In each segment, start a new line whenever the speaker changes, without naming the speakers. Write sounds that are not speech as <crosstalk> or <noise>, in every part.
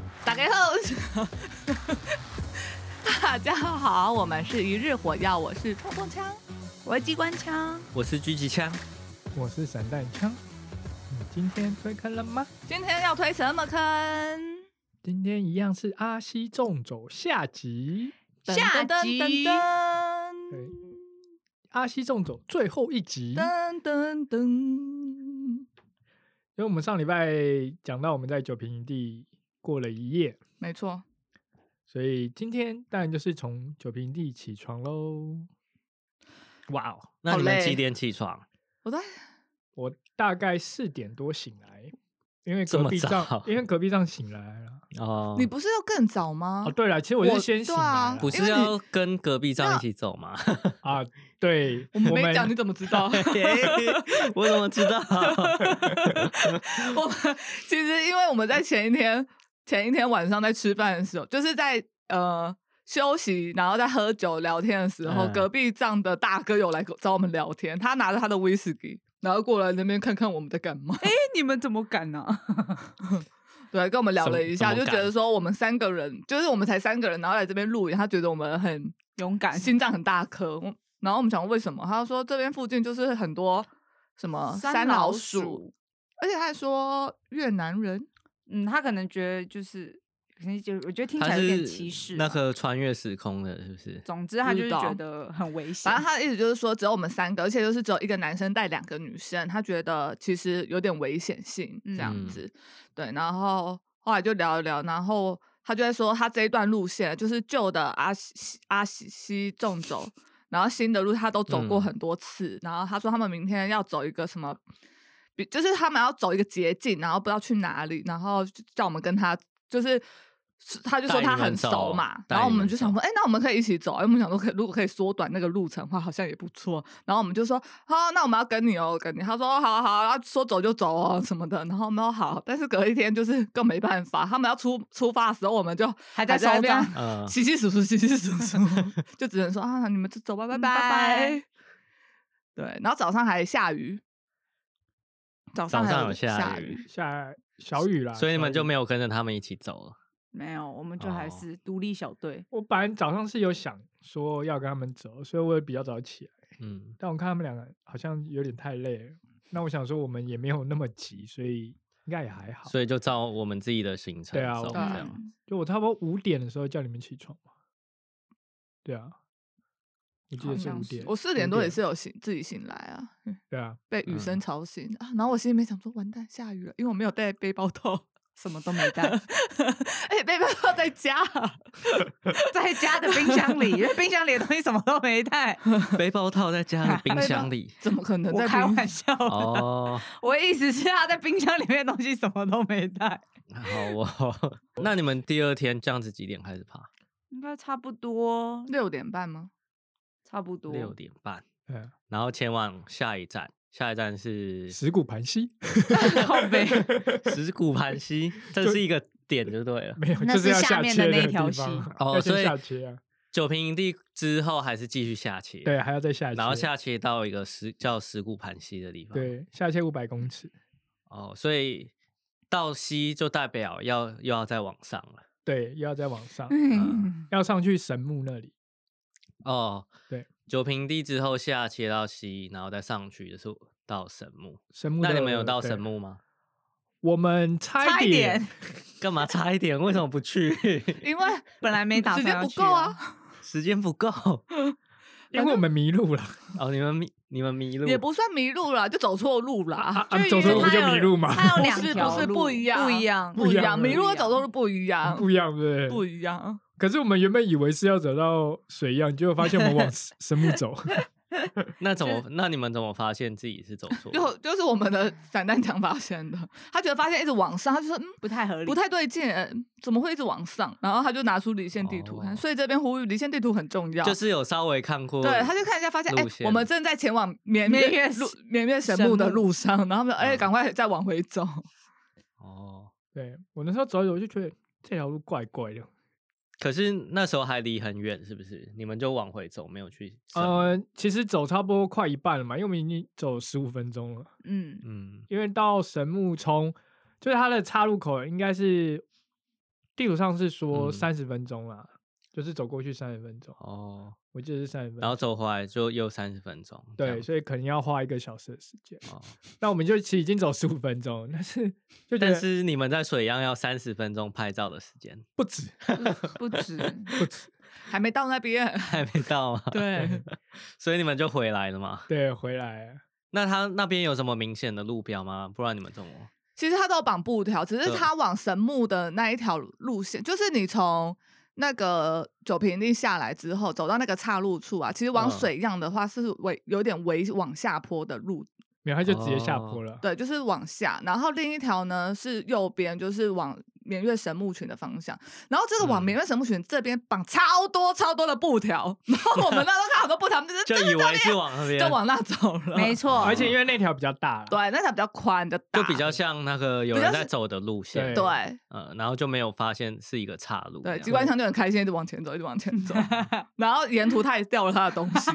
后，大家好，我们是一日火药，我是冲锋枪，我是机关枪。
我是狙击枪，
我是散弹枪。你今天推坑了吗？
今天要推什么坑？
今天一样是阿西纵走下集，
下集噔
对
噔
阿西纵走最后一集。因
噔噔噔，
为我们上礼拜讲到我们在九平营地过了一夜，
没错，
所以今天当然就是从九平营地起床喽。
哇哦！那
好
你们
累
几点起床？
我在
我大概四点多醒来，因为
这
隔
么
壁上
早，
因为隔壁上醒来了。
哦，
你不是要更早吗
哦，？对了，其实我
啊我
是先醒
对啊
来啦
不
因为
是
你
要跟隔壁张一起走吗？
啊，对，
我们没讲，你怎么知道？ <laughs>
嘿 <laughs> 我怎么知道？
我们其实因为我们在前一天前一天晚上在吃饭的时候，就是在呃休息，然后在喝酒聊天的时
<laughs>
候，
嗯
隔壁站的大哥有来找我们聊天，他拿着他的威士忌，然后过来那边看看我们在干嘛。
你们怎么敢啊呢、
对，跟我们聊了一下，
怎
就
么
觉得说我们三个人，就是我们才三个人，然后来这边录影，他觉得我们很
<laughs> 勇敢
心脏很大颗。我然后我们想为什么？他说这边附近就是很多什么
三
老
老
鼠，
鼠，
而且他还说越南人。
嗯，他可能觉得就是，可能就我觉得听起
他
来有点
是
歧视啊吧。
那个穿越时空的，是不是？
总之他
不
就
知
是
道
觉得很危险
反。正他的意思就是说，只有我们三个，而且就是只有一个男生带两个女生，他觉得其实有点危险性这样
嗯
子。对，然后后来就聊一聊，然后他就在说，他这一段路线就是旧的阿西阿西西纵走，然后新的路他都走过
嗯
很多次。然后他说，他们明天要走一个什么，比就是他们要走一个捷径，然后不知道去哪里，然后就叫我们跟他就是。是他就说
带你
他
们
很熟
走
嘛，
带
然后我
你
们
们
就想说，
走
哎、那我们可以一起走。哎我们想说可以，如果可以缩短那个路程的话，好像也不错。然后我们就说，好、那我们要跟你哦，跟你。他说，哦好啊好啊，然后说走就走哦什么的。然后我们说好，但是隔一天就是更没办法，他们要出出发的时候，我们就
还在
那
收
边
账
嗯
稀稀疏疏，稀稀疏疏，就只能说啊，你们就走吧，拜
嗯
拜。
拜拜
对，然后早上还下雨，早上
早
还
上有下
下
雨
雨
下小雨啦，
所以你们
小
就
雨
没有跟着他们一起走了。
没有，我们就还
哦
是独立小队。
我本来早上是有想说要跟他们走，所以我也比较早起来。
嗯，
但我看他们两个好像有点太累了，那我想说我们也没有那么急，所以应该也还好。
所以就照我们自己的行程
对啊
走，
我
这
们
样。
<laughs>
就我差不多五点的时候叫你们起床嘛。对啊，我记
好
得是
像
五
是
点。
我四
五
点多也是有醒，自己醒来啊，
对啊，
被雨声吵醒、啊。然后我心里面想说，完蛋，下雨了，因为我没有带背包套， <laughs>
什么都没带，
而
哎
且背包套在家，
啊在家的冰箱里，因为冰箱里的东西什么都没 <laughs> 带。
背包套在家的冰箱里。
怎么可能
我
在
开
冰
玩笑的，
哦，
我的意思是他在冰箱里面的东西什么都没带，
好哦。 <laughs> 那你们第二天这样子几点开始爬？
应该差不多，
六点半吗？
差不多
六点半，
嗯，
然后前往下一站。下一站是
石骨盘溪
<laughs> 靠
<laughs>
背。
<laughs> 石鼓盘溪，这
就是
一个点就对了。
<laughs> 没有，
那
就是
是
要
下
下
面
切
的那
地
条溪
方啊，
哦，
<laughs> 要先
所以
下切啊，
九平营地之后还是继续下切，
对，，还要再下切，
然后下切到一个石叫石鼓盘溪的地方，，
对下切五百公尺，
哦，所以到西就代表要又要再往上了，
对，又要再往上，
嗯，
要上去神木那里，
哦，
对，
九平地之后下切到西，然后再上去就是到神木，
神木的。
那你们有到
对
神木吗？
我们差
差
一
一点
点，
干嘛差一点？为什么不
<laughs>
去？
因为
本来没打
时
算
间
要
不
去
够啊，
时间不够哦
因为我们迷路了。
哦，你们迷你们迷路
也不算迷路了，就走错路了。
啊
就
啊，
是
走
因
错
为
路
它
不就
有
迷路吗？
它有
不
两
是
条
不是
路
不一样
不一样，
不一样，
不一样
迷路和走错路不一样，
<laughs> 不一样，对不
不
对？
一样。
可是我们原本以为是要走到水样，结果发现我们往神神木走。
那怎么？那你们怎么发现自己是走
<laughs>
错
就
了？
就是我们的 <laughs> 散弹枪发现的，他觉得发现一直往上，他就说嗯
不太合理，
不太对劲，怎么会一直往上？然后他就拿出离线地图看，
哦
所以这边呼吁离线地图很重要。
就是有稍微看过，
对，他就看一下，发现哎、
路
我
线
们正在前往绵
绵
月
月
路
神
绵月神木的
神木
路上，然后他们哎，
嗯
赶、快再往回走。
哦。
对我那时候走一走，我就觉得这条路怪怪的。
可是那时候还离很远，是不是？你们就往回走，没有去上。
呃，其实走差不多快一半了嘛，因为我们已经走十五分钟了。
嗯，
嗯，
因为到神木冲，就是它的岔路口应该是地图上是说
嗯
三十分钟啦，就是走过去三十分钟，
哦，
我记得是三十分钟。
然后走回来就又三十分钟，这
对，
样
所以可能要花一个小时的时间。
哦，
那我们就其实已经走十五分钟，
<laughs>
但是就觉
但
得
是你们在水漾要三十分钟拍照的时间
不止，
不
<laughs>
止不止，还没到那边。
还没到吗？，
对，
<laughs> 所以你们就回来了嘛。
对，回来了
那他那边有什么明显的路标吗？不然你们
<laughs>
怎么？
其实它都有绑布条，只是
对
它往神木的那一条路线，就是你从那个九平地下来之后，走到那个岔路处啊，其实往
嗯
水漾的话是围有点围往下坡的路
没有，他就直接下
哦
坡了。
对，就是往下，然后另一条呢是右边，就是往绵月神木群的方向。然后这个往
嗯
绵月神木群这边绑超多超多的布条，然后我们那时候看好多布条，就是
就
这
以为是往那边，
就往那走了。
<laughs> 没错，
而且
啊
因为那条比较大啦，
对，那条比较宽的，
就比较像那个有
比
人
较
在
是
走的路线，
对
对
嗯，然后就没有发现是一个岔路这样，
对，机关枪就很开心，一直往前走，一直往前
<laughs>
走，然后沿途他也掉了他的东西。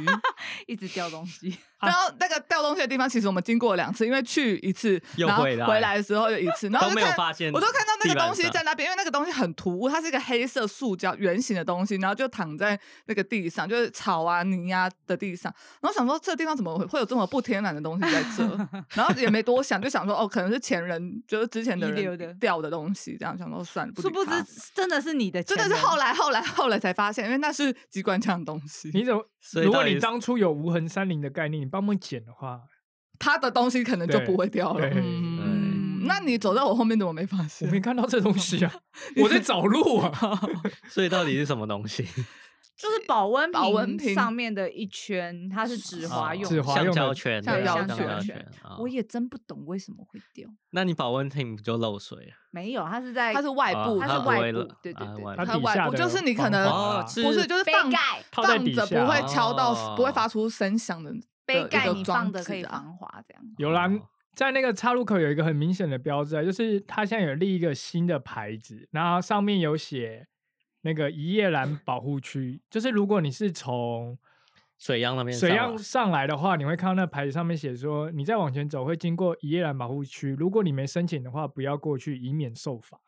一直掉东西，
然后那个掉东西的地方，其实我们经过了两次，因为去一次，
又
然后
回来
回来的时候又一次，然后
都
就
没有
看
发现
我都看到那
地
个
板
东西
上
在那边，因为那个东西很突兀，它是一个黑色塑胶圆形的东西，然后就躺在那个地上，就是草啊泥啊的地上。然后想说这地方怎么会会有这么不天然的东西在
<laughs>
这？然后也没多想，就想说哦，可能是前人就是之前的
遗留的
人掉的东西，这样想说算了，
殊
理
<laughs> 不
它
知真的是你的前
真的
任，
是后来后来后来才发现，因为那是机关枪的东西，
你怎么
所？以
如
到
果
底
你
是
当初有无痕山林的概念，你帮忙捡
<laughs>
的话，
他的东西可能就
对
不会掉了。
对
嗯，
对
那你走在我后面怎么没发
我
现？
没看到这东西
<laughs>
啊，我在找路啊。
所以到底是什么东
<laughs>
西？
就是保温
保温瓶
上面的一圈，它是纸
哦
滑用
纸
的，
滑
橡
用
胶
的
圈，
橡
对
胶
橡胶
圈
圈。哦
我也真不懂为什么会掉。
那你保温瓶不就漏水了？
没有，它是在
它是外
啊
部，
它
它
是
不
外
会
部
漏
对对
啊
对
外
它
部
它
底
外
下
部
的
就是你可
防
能
滑
哦是
不是就是
杯
放
盖，
套在底
放着不
下
会敲到，不会
哦
发出声响的
杯盖你放
的一个装
的
置啊
可以防滑，这样
有啦
哦，
在那个岔路口有一个很明显的标志啊，就是它现在有立一个新的牌子，然后上面有写那个一夜兰保护区，就是如果你是从
水漾那边
水
上
漾
来
上来的话，你会看到那牌子上面写说，你再往前走会经过一夜兰保护区，如果你没申请的话，不要过去，以免受罚。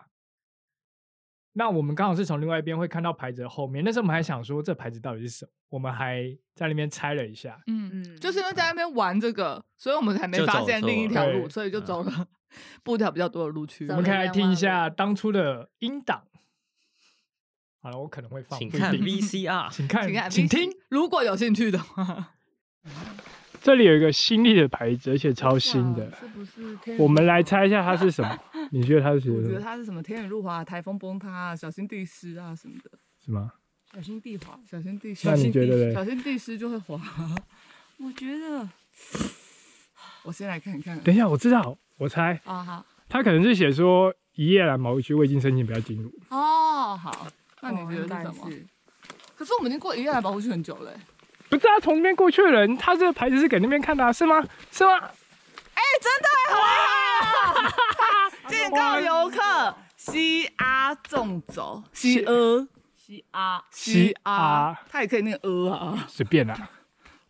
那我们刚好是从另外一边会看到牌子的后面，那时候我们还想说这牌子到底是什么，我们还在那边猜了一下，
嗯，
嗯，
就是因为在那边玩这个，所以我们才没
就
发
走
现
错
另一
了
条
对
路，所以就
嗯
走了布条比较多的路去
走
我
了
们可以来听一
冤
下
枉
当初的音档。好了，我可能会放，
请
不一
看
<laughs>
定
VCR。
请看，
请看，
请听。，
如果有兴趣的话，
这里有一个新力的牌子，而且超新的。
是不是天
我们来猜一下它是什么？你觉得它是什
<laughs> 我觉得
么？
它是什么天雨路滑、台风崩塌啊、小心地湿啊什么的，
是吗？
小心地滑，小心地
那
小
你
心
觉
地
得嘞
小心地湿就会滑。
我觉得
我先来看啊看
等一下，我知道，我猜
啊，好
它可能是写说一夜蓝某一区未经申请不要进入。
哦，好，那你
哦
觉
应
得
该
是什么？
是
可是我们已经过一夜来保护区很久了欸、
不是啊，从那边过去的人，他这个牌子是给那边看的、啊，是吗？是吗？
警告游客，西阿纵走，西阿西阿
西阿，
它也可以念呃啊。
随便啦、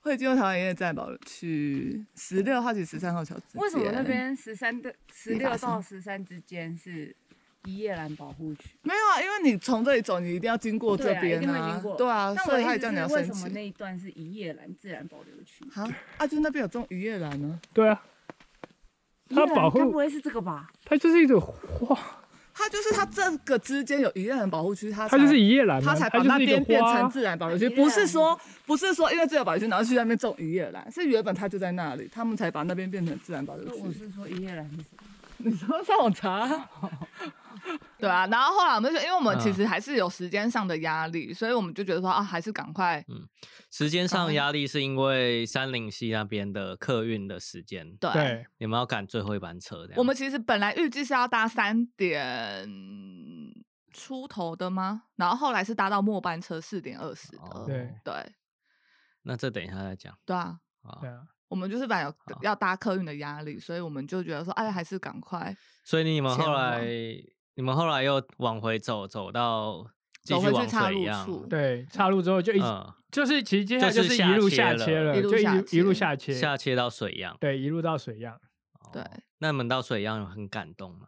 会经过台湾营业站保区十六号及十三号桥之间
为什么那边十三
<laughs>
的十
没发
六
生
到十三之间是一夜兰保护区？
没有啊？因为你从这里走，你一定要经过这边
对啊一定会
啊
经过，
对啊，
那我
所以他也
的意
叫
思
你要
是为
申
什么
请。
那一段是一夜兰自然保留区？
啊啊，就是那边有种渔业栏呢，
对啊，
一夜兰
保护
该不会是这个吧？
它就是一种花，
它就是它这个之间有渔业栏保护区，它它
它就是一夜蓝、
它
啊，
才
它
把
就
那
是一
边
个
变
花
成
啊。
自然保留区，
渔业
不是
栏
说不是说因为自然保留区，然后去那边种渔业兰，是原本它就在那里，他们才把那边变成自然保留
那我
区。
是说一夜兰是什么？
你说 <laughs> 上网
<laughs>
查？对啊，然后后来我们就因为我们
嗯
其实还是有时间上的压力，所以我们就觉得说啊，还是赶快
时间
赶
上
快
压力是因为山岭溪那边的客运的时间，
对。啊
对，
你们要赶最后一班车这样。
我们其实本来预计是要搭三点出头的吗？然后后来是搭到末班车四点二十的。
哦
对
对
那这等一下再讲
对啊，
啊
对。啊，
我们就是本来有
好
要搭客运的压力，所以我们就觉得说，哎，还是赶快
所以你们
前
后
往
来，你们后来又往回走，走到继
走
续
回去
往
岔
水
路
漾
处
对，岔路之后就一、
嗯，
就是其实接下来
就
就是是
下
一路
切
下
了
切了，
一路
就
下
一一路
切
下切，
下切到水漾。
对，一路到水漾，
哦
对
那你们到水漾有很感动吗？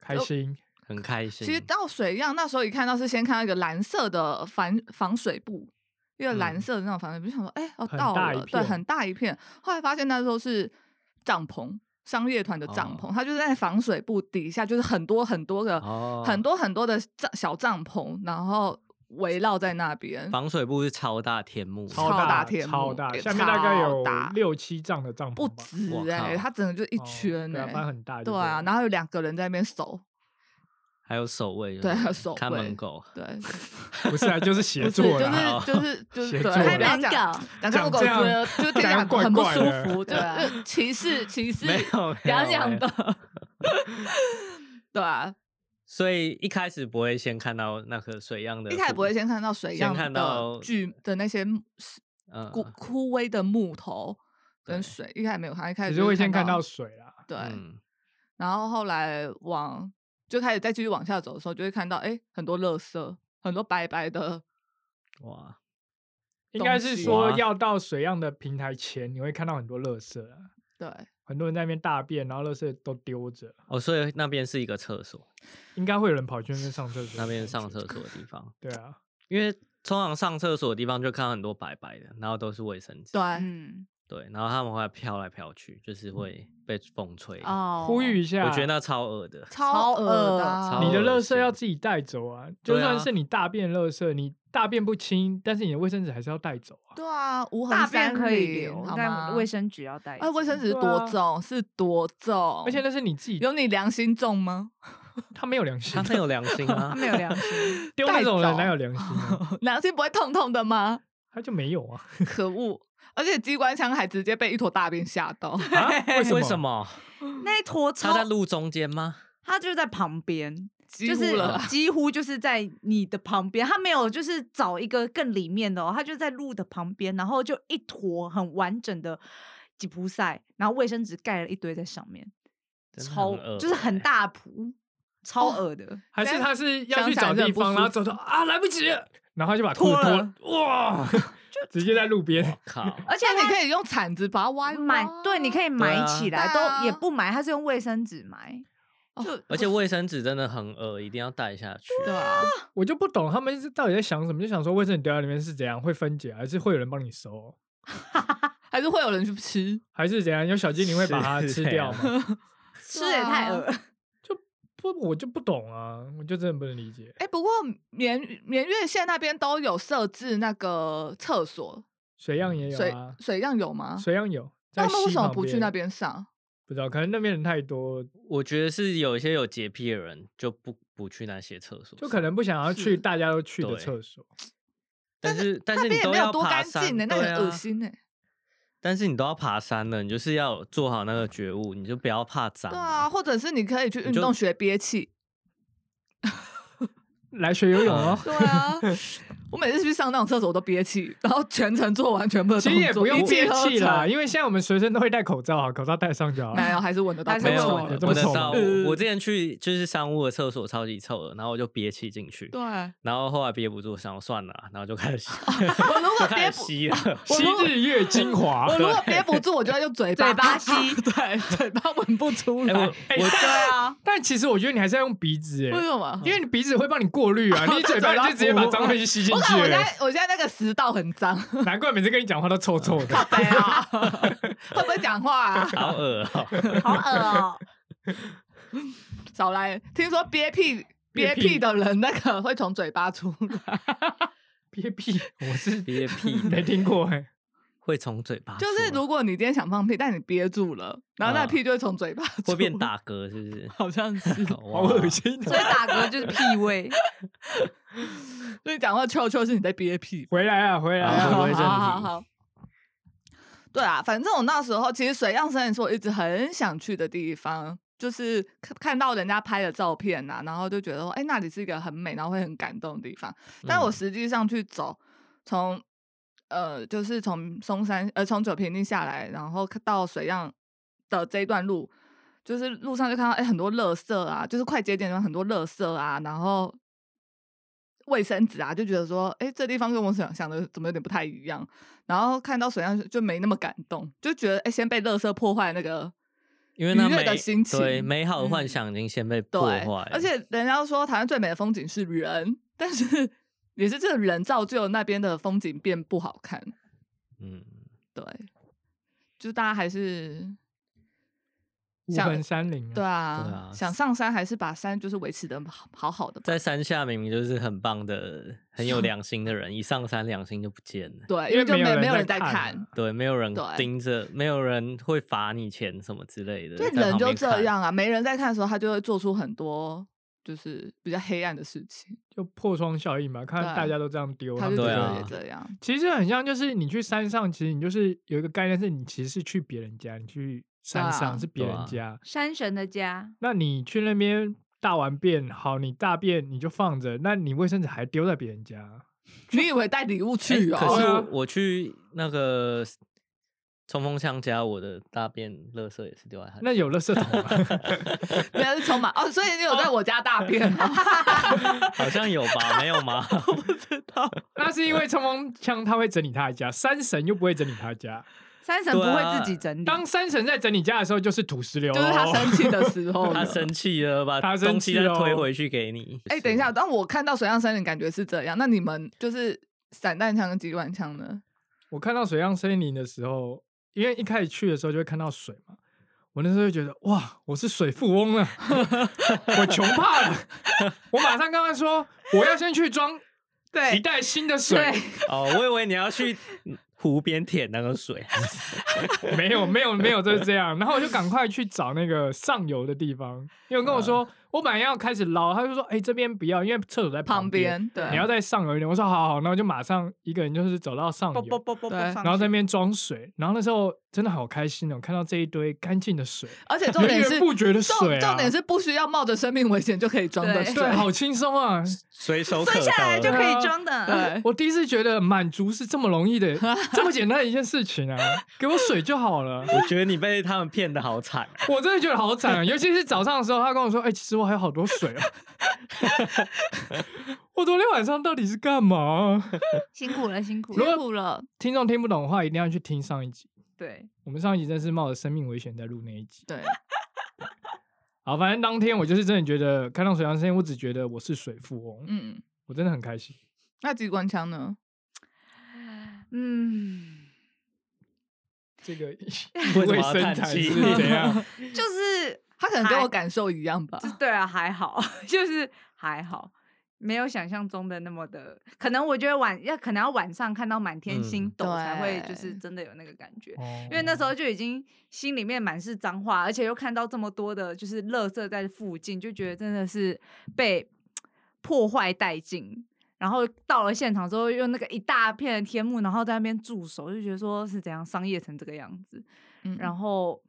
开
就
心。
很开心。
其实到水漾那时候一看到是先看到一个蓝色的防防水布，一个蓝
嗯
色的那种防水布，就想说哎、哦
很
到
大一
了，对，
片
很大一片。后来发现那时候是帐篷，商业团的帐篷，它就是在防水布底下，就是很多很多个、
哦
很多很多的帐小帐篷，然后围绕在那边。
防水布是超大天幕，
哦超大
大
天幕
超大，
也
下面大概
超
有
大
六七丈的帐
不
篷吧，
止
我
哎、
靠
它整个就一
哦
圈
对
哎、
啊，反正很大就
对
了。
啊，然后有两个人在那边守，
还有守卫，
对还有
不
守
看
卫
门狗，
<laughs>
对，
不是啊，啊就是协
不是
作啦。
就是就是就是
协
对，
作
不
开
要
门
讲
狗，
讲这个
啊讲
我
这
觉
样
得就听起
讲
来
得怪
很不
怪
舒
的
服，就
对啊
就歧视歧视
没有没
痒
有
痒
哎
没
的
有，
<laughs>
对啊，
所以一开始不会先看到那个水样的，
啊
一开始不会先看到水
先
样
看
的
到
巨的那些木是
嗯
枯枯萎的木头跟
对
水，一开始没有看，一开
只
始
是
就
会
是
先看
看
到水啦，
对，
嗯
然后后来往就开始再继续往下走的时候，就会看到哎很多垃圾，很多白白
<laughs>
的，
哇，
应该是
东西
说
哇
要到水样的平台前，你会看到很多垃圾啊，
对，
很多人在那边大便，然后垃圾都丢着，
哦，所以那边是一个厕所，
应该会有人跑去那边上厕所。
那边上厕，所的地方，
对啊，
因为通常上厕所的地方就看到很多白白的，然后都是卫生纸，
对，
嗯，
对，然后他们会飘来飘去，就是会被风吹，
哦，
呼吁一下，
我
啊
觉得那超恶的，
超
超
恶
恶
的啊，
超
你的
恶
垃圾要
心
自己带走啊，就
对啊
算是你大便垃圾，你大便不清，但是你的卫生纸还是要带走啊。
对啊，无痕
大便
三
可以
里
留
好，吗？
但卫生纸要带走。
哎，卫生纸是
对
多
啊
重？是多重？
而且那是你自己，
有你良心重吗？ <laughs>
他没有良心
他，很有良心
他
啊，
没有良
<laughs>
心，
丢
带
那种人
走
哪有良心啊？
良心不会痛痛的
<laughs>
吗？
他就没有啊。
可恶！而且机关枪还直接被一坨大便吓到，
啊
为
为
什
么？
么？
那一坨
他在
超，
路中间吗？
他就在旁边，
几
就
乎
是
了啦。
几乎就是在你的旁边，他没有就是找一个更里面的哦，他就在路的旁边，然后就一坨很完整的吉普赛，然后卫生纸盖了一堆在上面，
真的很
超
恶
就是很
欸
大铺，超
哦
恶的，
还是
现在
他是要
想
去
起来
找
是很
地
不
方，
舒
然后
服
走到啊来不及了，然后就把裤子
脱
脱
了
哇，
<laughs>
直接在路边。
靠，
而且
那
他
你可以用铲子把它挖一挖
埋，对，你可以埋
啊
起来，
对啊
都也不埋，他是用卫生纸埋，就
而且卫生纸真的很恶，一定要带下去。
对啊，
我就不懂他们是到底在想什么，就想说卫生纸丢在里面是怎样会分解，还是会有人帮你收，
还是会有人去吃。
还是怎样有小精灵会把它
是
吃
这
掉
样
吗？
吃也太
啊
恶了，
不，我就不懂啊，我就真的不能理解。
哎，不过绵绵月县那边都有设置那个厕所，
水样也有
水
啊，
水样有吗？
水样有，
那
在
他们为
溪
什么
旁
不去那？边上？
不知道，可能那边人太多，
我觉得是有一些有洁癖的人就不不去那些厕所，
就可能，不想要去
是
大家都去的
对
厕所。
但是但
那
是你
边也
都
没有
要
多
爬
干
山
净欸的，那
对
很恶
啊
心哎。
但是你都要爬山了，你就是要做好那个觉悟，你就不要怕脏。
对啊，，或者是你可以去运
就
动学憋气。
来学游
<laughs>
泳哦，
对
<laughs>
啊，我每次去上那种厕所我都憋气，然后全程做完全部的
其
动
实
作，
也不
一
用
气
憋
呵
气啦，
成
因为现在我们随身都会戴口罩啊，口罩戴上就好了。
没有，还是闻得到
还
臭
是
臭的，
没有，我
臭
有
闻
这么
得
臭吗
到。
嗯
我之前去就是商务的厕所超级臭的，然后我就憋气进去，
对，我
然后后来憋不住，想算了，啊然后就开始
<laughs>
吸，
如
就
果憋
开始
不，
吸了。
<laughs> 我
昔 <laughs>
如果
日月精华，
我如果憋不住，我就要用嘴巴
嘴巴吸
对，嘴巴闻不出
哎，
来。
我
<laughs> 哎
我
对啊，
但其实我觉得你还是要用鼻子
为
哎，
什么？
因为你鼻子会帮你过
<laughs>
滤啊，你嘴巴就直接把脏东西吸进
我
去
感我现
了
在，我现在那个食道很脏，
难怪每次跟你讲话都臭臭的。
对啊，会不会讲话啊？
好恶
<laughs>
哦，
<laughs> 好恶哦，
少来，听说憋屁憋
憋屁
屁的人那个会从嘴巴出来，
憋屁，我是
<laughs>
憋屁的
没听过哎，
会从嘴巴出
就
来，
是如果你今天想放屁，但你憋住了，然后那
啊
屁就会从嘴巴
会变
出来，
打嗝，是不是？
好
<laughs>
像是。哦
好
好哦
恶心啊。
所以打嗝就是屁味，
所以讲话臭臭是你在憋
<laughs>
屁。
回来啊，回来
好
啊，
回归正
好好
题
好。对啊，反正我那时候其实水漾森林是我一直很想去的地方，就是看看到人家拍的照片呐、然后就觉得说，哎、那里是一个很美，然后会很感动的地方。但我
嗯
实际上去走，从呃，就是从松山呃，从九平定下来，然后看到水漾的这一段路，就是路上就看到哎、诶很多垃圾啊，就是快节点的地方很多垃圾啊，然后卫生纸啊，就觉得说哎、诶这地方跟我想想的怎么有点不太一样。然后看到水漾就没那么感动，就觉得哎、诶先被垃圾破坏那个
因为那
愉悦
美
的心情
对美好的幻
嗯
想已经先被破坏
对
了，，
而且人家说台湾最美的风景是人，但是也是这个人造就那边的风景变不好看。
嗯，
对，就大家还是
五
像
分山林、啊，
对啊，
对啊
想上山还是把山就是维持的好好的吧。
在山下明明就是很棒的、很有良心的人，一上山良心就不见了。
对，
因
因
为
为就
没有
没
人
没有
在
人在
看
看，
啊
对，没有人
对
盯着，没有人会罚你钱什么之类的。
对，
在
人
旁
就
边
这
看，哎
样啊，没人在看的时候，他就会做出很多就是比较黑暗的事情，
就破窗效应嘛，看
对
大家都这样丢，
他
们
就觉
对
得
啊
也这样。
其实很像，就是你去山上，其实你就是有一个概念，是你其实是去别人家，你去山
对
上
啊
是别
对
人
啊
家，
<laughs> 山神的家，
那你去那边大完便，好，你大便你就放着，那你卫生纸还丢在别人
啊
家，
你以为带礼物
诶
去哦？
哎可是
对啊
我我去那个冲锋枪家，我的大便垃圾也是丢在他
那有垃圾桶吗？ <laughs>
没有是充满哦，所以你有在我家大便啊吗？
<laughs> 好像有吧？没有
<laughs>
吗？我不知道。
那是因为冲锋枪他会整理他的家，山神又不会整理他的家。
山神不
对
会
啊
自己整理，
当山神在整理家的时候，就是土石流
嗯就
咯，
是他生气的时候
哦他
了。
生气了，把
他生
东西
气
再
咯
推回去给你。
哦哎、等一下，当我看到水上森林，感觉是这样。那你们就是散弹枪跟机关枪呢？
我看到水漾森林的时候，因为一开始去的时候就会看到水嘛，我那时候就觉得哇，我是水富翁了， <laughs> 我穷怕了，我马上跟他说，我要先去装一
<laughs> 对
袋新的水
对，，
哦，我以为你要去湖边舔那个水。啊
没有没有没有就是
<laughs>
这样，然后我就赶快去找那个上游的地方，因为跟
嗯
我说、我本来要开始捞，他就说哎、这边不要，因为厕所在
旁
边，
边对，啊
你要在上游一点，我说好好好，那我就马上一个人就是走到上游，
啵啵啵啵啵
对
上
然后在那
去
边装水，然后那时候真的好开心哦，看到这一堆干净的水，
而且重点
源
是
<laughs> 源不绝的水、啊
重重点是不需要冒着生命危险就可以装的
对
水，
对，好轻松啊！
随手可
蹲下来
得
<laughs> 就可
对啊
以装的，
对
我第一次觉得满足是这么容易
<laughs>
的，这么简单的一件事情啊！给我水就
<laughs>
好了，
我觉得你被他们骗的好惨，
我真的觉得好惨啊！尤其是早上的时候，他跟我说：“哎、其实我还有好
<laughs>
多水啊。” <laughs> 我昨天晚上到底是干嘛？啊
辛苦了辛苦
如
了，
果
苦了。
听众听不懂的话，一定要去听上一集。
对，
我们上一集真是冒着生命危险在录那一集。
对，
好，反正当天我就是真的觉得看到水上生，我只觉得我是水富翁，
嗯，
我真的很开心。
那机关枪呢？
嗯，
这 <laughs> 个
为什么
卫
要
生
叹
毯
气
是怎样？ <laughs>
就是
他可能跟
还
我感受一样吧。
就对啊，还好， <laughs> 就是还好，没有想象中的那么的。可能我觉得晚要可能要晚上看到满天星
嗯
斗才会，就是
对
真的有那个感觉。
哦
因为那时候就已经心里面满是脏话，而且又看到这么多的，就是垃圾在附近，就觉得真的是被破坏殆尽。然后到了现场之后，用那个一大片的天幕，然后在那边驻守，就觉得说是怎样商业成这个样子。
嗯
然后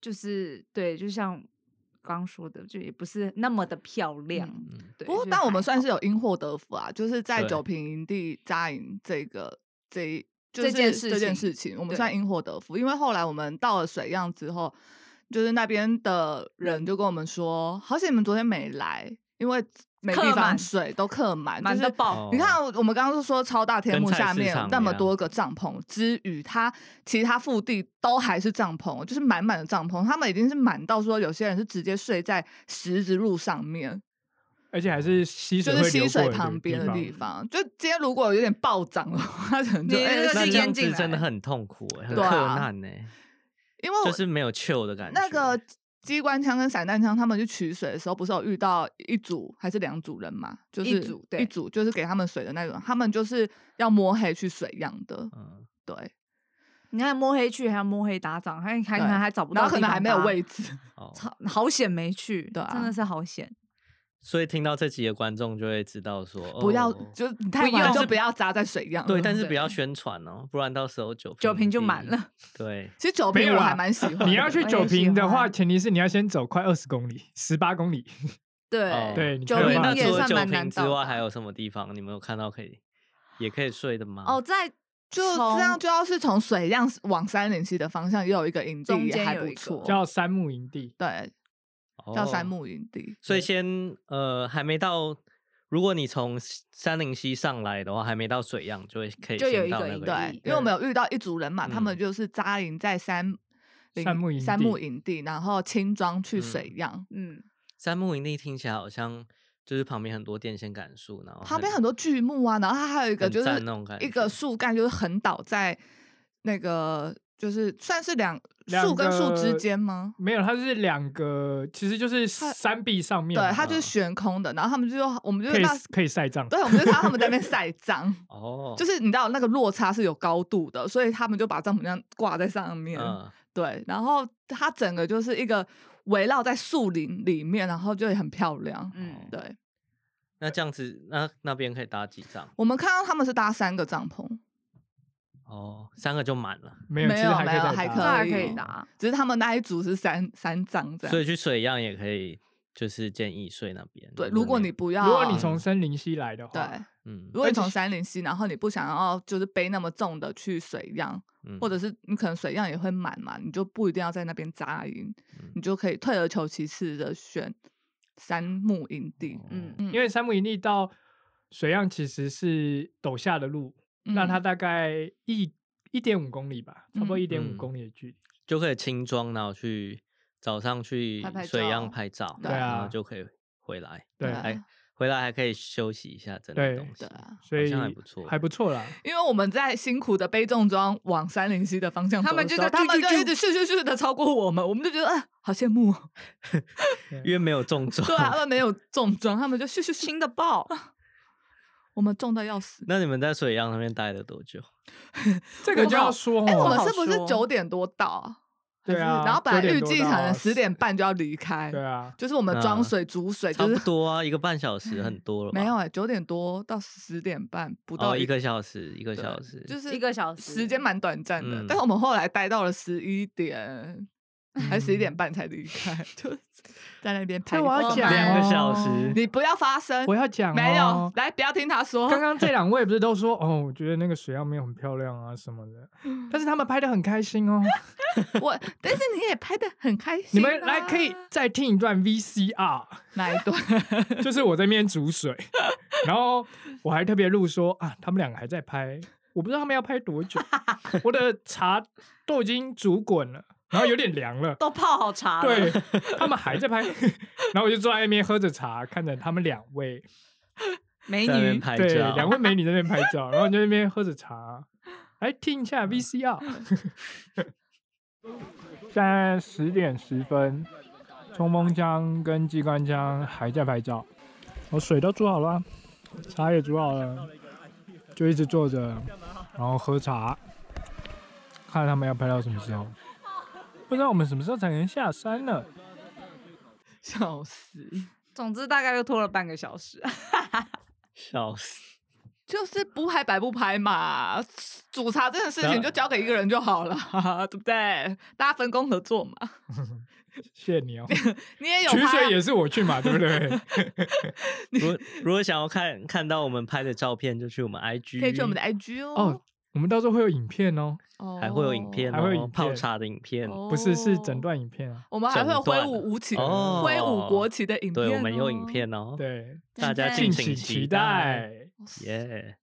就是对，就像刚说的，就也不是那么的漂亮。
嗯
对，
不过，
就
但我
还
们算
好
是有因祸得福啊，就是在
对
九平营地扎营这个这一就
这
是
件事
这件
情
事情，我们
对
算因祸得福，因为后来我们到了水漾之后，就是那边的人就跟我们说，好险你们昨天没来，因为每
客
地方
满
水都客满，
满
就
的
是
哦
爆，哦
你看，我们刚刚是说超大天幕
跟菜
下
市
面有
场
那么
一样
多个帐篷之余，它其他腹地都还是帐篷，哦就是满满的帐篷。他们已经是满到说，有些人是直接睡在石子路上面，
而且还是溪
就
水
是
会流
溪水
过
旁边的地
地嗯
方。就今天如果有点暴涨的话，可能就
你
哎
那个
那
是
这
时
样
间
子
进
真的
来哦
很痛苦欸，很
对
困
啊
难呢，
因为我
就是没有 chill 的感觉。
那个机关枪跟散弹枪，他们去取水的时候，不是有遇到一组还是两组人嘛？就是
一组对
一组就是给他们水的那种，他们就是要摸黑去水样的，
嗯，
对，
你看摸黑去，还要摸黑打仗，还还可
对
能还找不到，
然后可能还没有位，置。
哦，
操好险没去，
对啊
真的是好险。
所以听到这集的观众就会知道说，
不要，
哦
就你太
不
晚
要
就不要砸在水样。
对，但是
嗯对
不要宣传哦，不然到时候酒
酒
瓶
瓶就
地
满了。
对，
其实酒
没
瓶
有
<laughs> 我
啦
还蛮喜欢的。
方。你要去
我
九
也喜
平的话，
欢
前提是你要先走快二十公里，十八公里。
哦
对
对你
酒
看
瓶
吧
那
也
除了
算
酒
蛮
瓶
难
之
到
外，
的啊
还有什么地方你们有看到可以也可以睡的吗？
哦，，在
就
从
这样，就要是从水样往三零七的方向，也有一个营地
中
也
间
还
有
不
一个
错。
叫三木营地，
对，叫三。木营地。
哦所以先呃，还没到，如果你从西三零西上来的话，还没到水漾，就会可以嗯
就有
先
一
到
个
那
营
个
地
营
对，因为我们有遇到一组人嘛，他们
嗯
就是扎营在三林
山木营
山
地
木营地，然后轻装去水
嗯
漾，
嗯，
三木营地听起来好像就是旁边很多电线杆树，然后
旁边很多巨木啊，然后它还有一个
哦很
就是
赞那种感
一个
觉
树干就是横倒在那个就是算是两
两
树跟树之
个
间吗？
没有，它是两个，其实就是山壁上面嘛，
对，
啊
它就是悬空的，然后他们就说我们就
可
是
以
那，
可以晒帐，
对，我们就看到他们在那边晒帐，
<laughs> 哦，
就是你知道那个落差是有高度的，所以他们就把帐篷这样挂在上面，
嗯，
对，然后它整个就是一个围绕在树林里面，然后就也很漂亮，
嗯
对。
那这样子，那那边可以搭几张？
我们看到他们是搭三个帐篷，
哦，三个就满了，
没有，
没
其实
有
还可以
没有
再
还
搭
可
这还
以
可以打，
只是他们那一组是三三张这
所
样。
以去水漾也可以，就是建议睡那边。
对，
那
如果
边
你不要，
如果你从森林西来的话，
哦对，
嗯
如果
而
你
且
从
是
山林溪，然后你不想要就是背那么重的去水漾，
嗯
或者是你可能水漾也会满嘛，你就不一定要在那边扎营，
嗯
你就可以退而求其次的选山木营地。
哦
嗯
嗯，
因为山姆营地到水漾其实是陡下的路，那它
嗯
大概一一点五公里吧，差不多
嗯
一点五
嗯
公里的距离。
就可以轻装，然后去早上去
拍拍
水漾
照
拍照，
对
然后
啊
就可以回来，
对
对啊
还哎回来还可以休息一下，整
对
理东西
对啊，
所
好
以
像还不错，
还不错啦。
因为我们在辛苦的背重装往山林溪的方向
他
走
们
的
就
时候
在
他
啾
们
啾
就一
啾
直咻咻咻的超过我们，我们就觉得啊，好羡慕哦。
因为没有重装。
对啊，他们没有重装，他们就咻咻咻，
轻的爆，
我们重到要死。
那你们在水漾那边待了多久？
这个就要说
哎，我
哦，
们
好
是不是
说
九点多到啊？还
对
是
啊
然后本来
9点
预
多
计可
到啊
能十点半就要离开，
对啊，
就是我们装
嗯
水、煮水，
差
就
不
是
多啊，一个半小时，很多了吧？
没有哎、九点多到十点半不到
哦，一个小时，一个
对
小时，
就是
一个小时
时间蛮短暂的。
嗯
但是我们后来待到了十一点，还十一点半才离开，就
<laughs>
在那边拍。
嗯这我要
哦
讲
两个小
哦
时
你不要发声，
我要讲哦
没有，来不要听他说。
刚刚这两位不是都说哦，我觉得那个水漾没有很漂亮啊什么的，
嗯
但是他们拍的很开心哦。
我，但是你也拍的很开心、啊。
你们来可以再听一段 VCR，
哪一
<laughs>
段？
就是我在那边煮水，然后我还特别录说啊，他们两个还在拍，我不知道他们要拍多久，我的茶都已经煮滚了，然后有点凉了。
都泡好茶了，
对他们还在拍， <laughs> 然后我就坐在那边喝着茶，看着他们两位，
美
在那边
女，
拍
对，
照，
两位美女在那边拍照，然后就在那边喝着茶，来听一
嗯
下 VCR。现在十点十分，冲锋枪跟机关枪还在拍照，我水都煮好了，啊茶也煮好了，就一直坐着，然后喝茶，看他们要拍到什么时候。不知道我们什么时候才能下山呢？
笑死！
总之大概就拖了半个小时，
笑死。
就是不拍白不拍嘛，煮茶这件事情就交给一个人就好了，对不对？大家分工合作嘛。
谢谢你哦，
你也有
取
拍啊
水也是我去嘛，对
<laughs>
不对？
如果如果想要看看到我们拍的照片，就去我们 IG，
可以去我们的 IG
哦
哦，，
我们到时候会有影片哦，
哦
还会有影片
还会有
哦
影，
泡
片哦
茶的影片，
不是是整。段影片啊。
我们还会有
整
挥
段
舞舞旗、
哦
挥舞国旗的影片、
对，我们有影。片哦，
对，
大家
对
敬请
敬请
期
期
待。
待。
耶、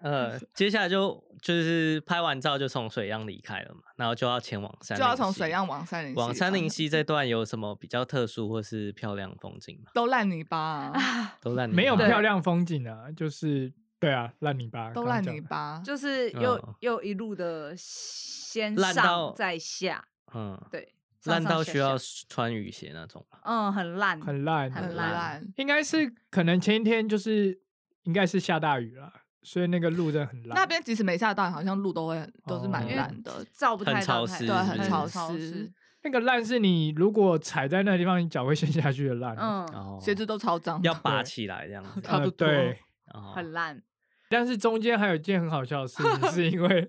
呃，接下来就就是拍完照就从水漾离开了嘛，然后就要前往山，
就要从水漾往山林溪
往山林
方
溪这段有什么比较特殊或是漂亮风景吗？
都烂泥巴啊、
都让你
没有
看
漂亮风景啊，就是对啊，烂泥巴，
都
刚
烂
刚讲
泥
的。
巴。
<laughs> 就是又
嗯
又一路的先
烂到
上再下，
嗯，
对，上
烂
上
到
下
需要
下
穿雨鞋那种吗？
嗯，很烂，
很烂，
很
很
烂
烂，
应该是可能前一天就是应该是下大雨了，所以那个路真的很烂。
那边即使没下大雨，好像路都会都是蛮
哦
烂的，
照不
很
太
潮
到太
湿
对，
是
很
不
潮
是
湿，，
那个烂是你如果踩在那地方，你脚会陷下去的烂。嗯，
嗯，
哦
鞋子都超脏的，
要拔起来这样子，
嗯差不多
对，
哦
很烂，
但是中间还有一件很好笑的事情，是因
<laughs>
为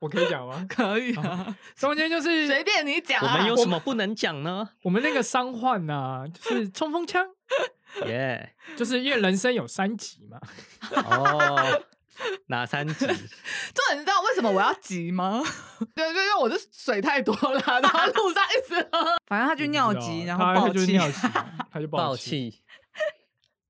我可以讲吗？
可以啊，
中间就是
随便你讲
哦我
啊。
们有什么不能讲呢？
<laughs> 我们那个伤患呐、就是冲锋枪，
耶、
就是因为人生有三级嘛，
哦，哪三集？
就你知道为什么我要急吗？对，就因为我的水太多了，然后路上一
<laughs>
直喝。
<laughs> 反正他就尿
你知道
急，
吗
然
他
后
他
爆
就是
气， <laughs>
尿急嘛，他就
爆
爆气。
气，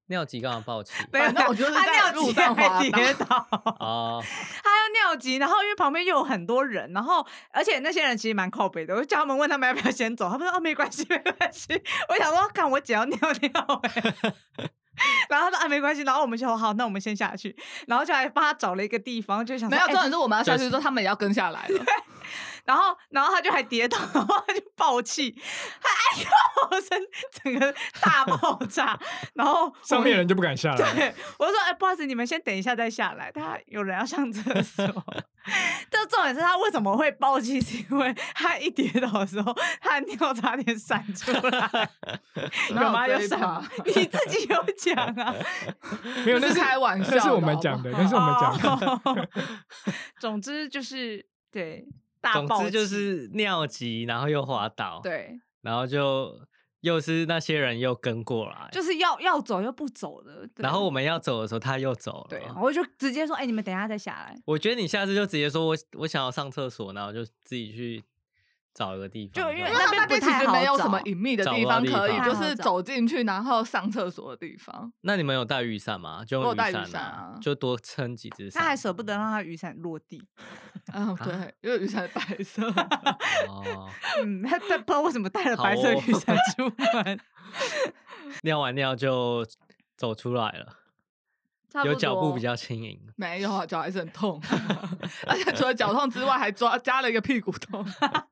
尿急干嘛爆气？
没有，
反正我就是
他
在
尿
路
急
上
还
滑
跌倒，
哦，
他尿急，然后因为旁边又有很多人，然后而且那些人其实蛮靠北的，我就叫他们问他们要不要先走，他们说哦没关系没关系，我想说看我姐要尿尿、欸。 <laughs> 然后他说啊没关系，然后我们就说好，那我们先下去，然后就来帮他找了一个地方，就想
没
说
有，
哎
重点是我们要下
就
去
是
之后，他们也要跟下来了。
然后，然后他就还跌倒，然后他就爆气，他哎呦，声整个大爆炸。然后我
上面人就不敢下来。
对 <laughs> 我就说：“哎，不好意思，你们先等一下再下来，他有人要上厕所。”
<laughs>
这重点是他为什么会爆气，是因为他一跌倒的时候，他的尿差点闪
<laughs>
出来，有
哪有
吗？
这
有
一
闪
趴
吗，你自己有讲
<laughs>
啊。
没有，
这
那
是
是
开玩笑的
那是我们讲的，那是我们讲的。
<laughs>
的。哦总之就是对大
总
爆
之就
气
是尿急，然后又滑倒，，
对。
然后就又是那些人又跟过来，
就是要要走又不走的。对
哎然后我们嗯要走的时候他又走了，
对，然后我就直接说：“哎、你们等一下再下来。
我觉得你下次就直接说我我想要上厕所，然后就自己去找一个地方这
就
样，
因为
因为他
那边
那边
不
其
太
实
好
没有什么
找
隐秘的
找
地
不到
方
地
可以，
方
就
不太好
是
找
走进去然后上厕所的地方。
那你们有带雨伞吗？就
我
用
有带雨
伞
伞
啊
啊，
就多撑几只”伞。
他还舍不得让他雨伞落地，
嗯，
啊
对，因为雨伞白色。
哦，
嗯，他他不知道为什么带了白色
好哦
雨伞
<laughs>
出门，
尿完尿就走出来了，
<laughs> 差不
有脚步
多
比较轻盈。
没有啊，脚还是很
<laughs>
痛，而且除了脚痛之外，还抓加了一个屁股痛。 <laughs>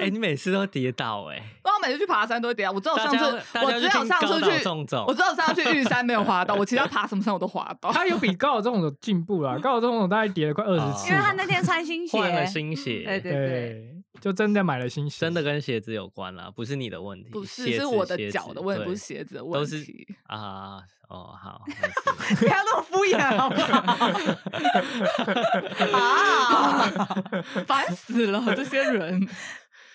哎、你每次都跌倒哎、
不然我每次去爬山都会跌啊倒，我只有
大
上
家
次，
大
我
家
只
去
有
听
上
高
次
岛
去，
纵走
我只有上次去玉山没有滑倒，我其他爬什么山我都滑倒。
他有比高尔这种进步啦，高尔这种大概跌了快二十
哦
次
因为
吧。
他那天穿新鞋，
换了新鞋，
对对
对，就真的买了新鞋，
真的跟鞋子有关啦，不是你的问题，
不是，
鞋
是
子
我的
鞋
脚
子
的问题，不
对
是鞋子的
都
问
是
题。 <laughs>
啊，哦，好，
<laughs>
没事
不要那么敷衍好不 <laughs> 好？啊，
烦死了这些
<laughs>
人。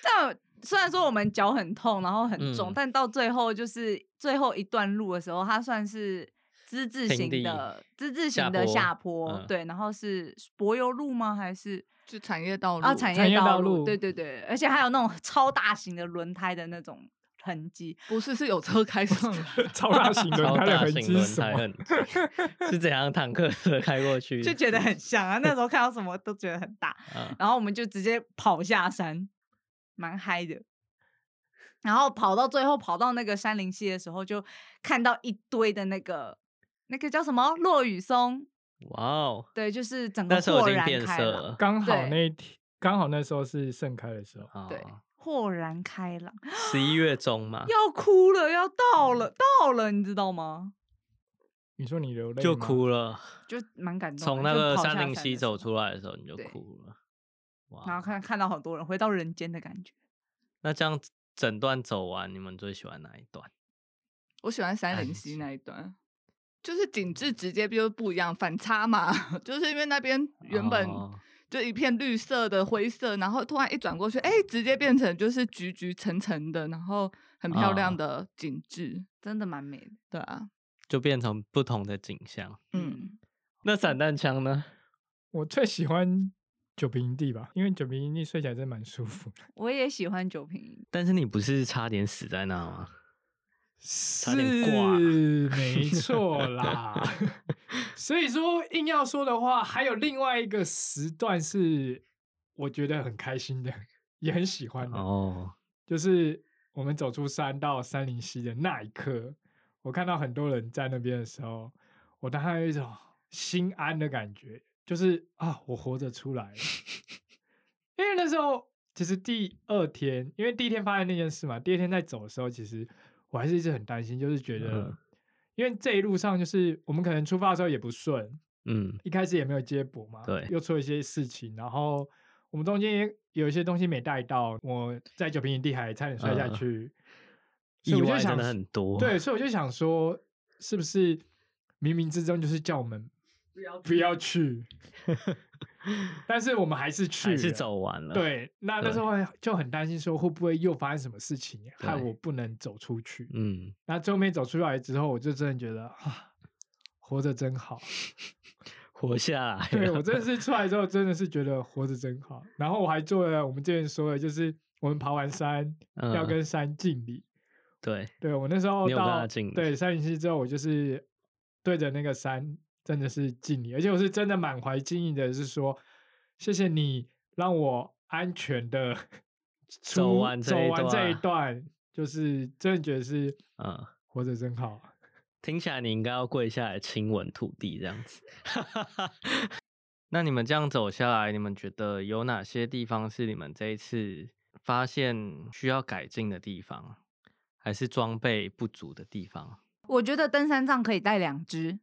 但虽然说我们脚很痛，然后很重，
嗯
但到最后就是最后一段路的时候，它算是之字
平
形
地
的之字
下
形的
坡
下坡，
嗯
对，然后是柏油路吗？还是
就产业道路
啊，产
产
业
业道
路，
路
对对对，而且还有那种 <laughs> 超大型的轮胎的那种痕迹，
不是是有车开上来，
超大型
<laughs>
轮
超
胎的
大
痕
型
迹是
轮
什
胎
么？
<laughs>
痕迹是怎样坦克车开过去，
就觉得很像啊。那时候看到什么都觉得很大，
嗯
然后我们就直接跑下山，蛮嗨的。然后跑到最后跑到那个山林溪的时候，就看到一堆的那个那个叫什么落羽松，
哇哦，
对，就是整个
那时候
豁
已经
然
变
开
色
朗，
了，
刚好
对
那一天，刚好那时候是盛开的时候，
对豁然开朗，
啊
<laughs>
十一月中嘛，
要哭了，要到
嗯
了，到了，你知道吗？
你说你流泪
就
吗
哭了，
就蛮感动的。
从那
就
个
跑下
山林
山
溪
的时
走
候
出来的时候你就
对
哭了，哇哦
然后看看到很多人回到人间的感觉。
那这样整段走完，你们最喜欢哪一段？
我喜欢三
安
零七
静
那一段，就是景致直接就是不一样，反差嘛， <laughs> 就是因为那边原本
哦
就一片绿色的灰色，然后突然一转过去，哎、直接变成就是橘橘橙橙的，然后很漂亮
哦
的景致，
真的蛮美的。
对啊，
就变成不同的景象。
嗯，
嗯，
那散弹枪呢？
我最喜欢九平地吧，因为九平地睡起来真的蛮舒服的。
我也喜欢酒瓶，
但是你不是差点死在那吗？
是
差点挂了
没错
<laughs>
啦。所以说，硬要说的话，还有另外一个时段是我觉得很开心的，也很喜欢的，
哦，
就是我们走出山到三林溪的那一刻，我看到很多人在那边的时候，我当下有一种心安的感觉，就是啊，我活着出来了。因为那时候其实第二天，因为第一天发生那件事嘛，第二天在走的时候，其实我还是一直很担心，就是觉得
嗯，
因为这一路上就是我们可能出发的时候也不顺，
嗯，
一开始也没有接驳嘛，
对
又出了一些事情，然后我们中间也有一些东西没带到，我在九平营地还差点摔下
嗯
去，所以
意
我就
外真
想
的很多。
对，，所以我就想说，是不是冥冥之中就是叫我们不要去， <laughs> 但是我们还是
<laughs>
去，
还是。走完了。，
对，那那时
对
候就很担心，说会不会又发生什么事情，害
对
我不能走出去。
嗯，
那最后面走出来之后，我就真的觉得啊，活着真好。
活下来。
<laughs> 对我真的是出来之后，真的是觉得活着真好。然后我还做了我们之前说的，就是我们爬完山、
<laughs>
要
嗯
跟山敬礼。
对，
对我那时候
你有跟
到
他敬礼
对山林溪之后，我就是对着那个山真的是敬礼，而且我是真的满怀敬意的，是说谢谢你让我安全 <laughs> 的
走完这
走
一
完这一
段
段，就是真的觉得是
嗯，
活着真好。
听起来你应该要跪下来亲吻土地这样子。 <laughs> 那你们这样走下来，你们觉得有哪些地方是你们这一次发现需要改进的地方，还是装备不足的地方？
我觉得登山杖可以带两只，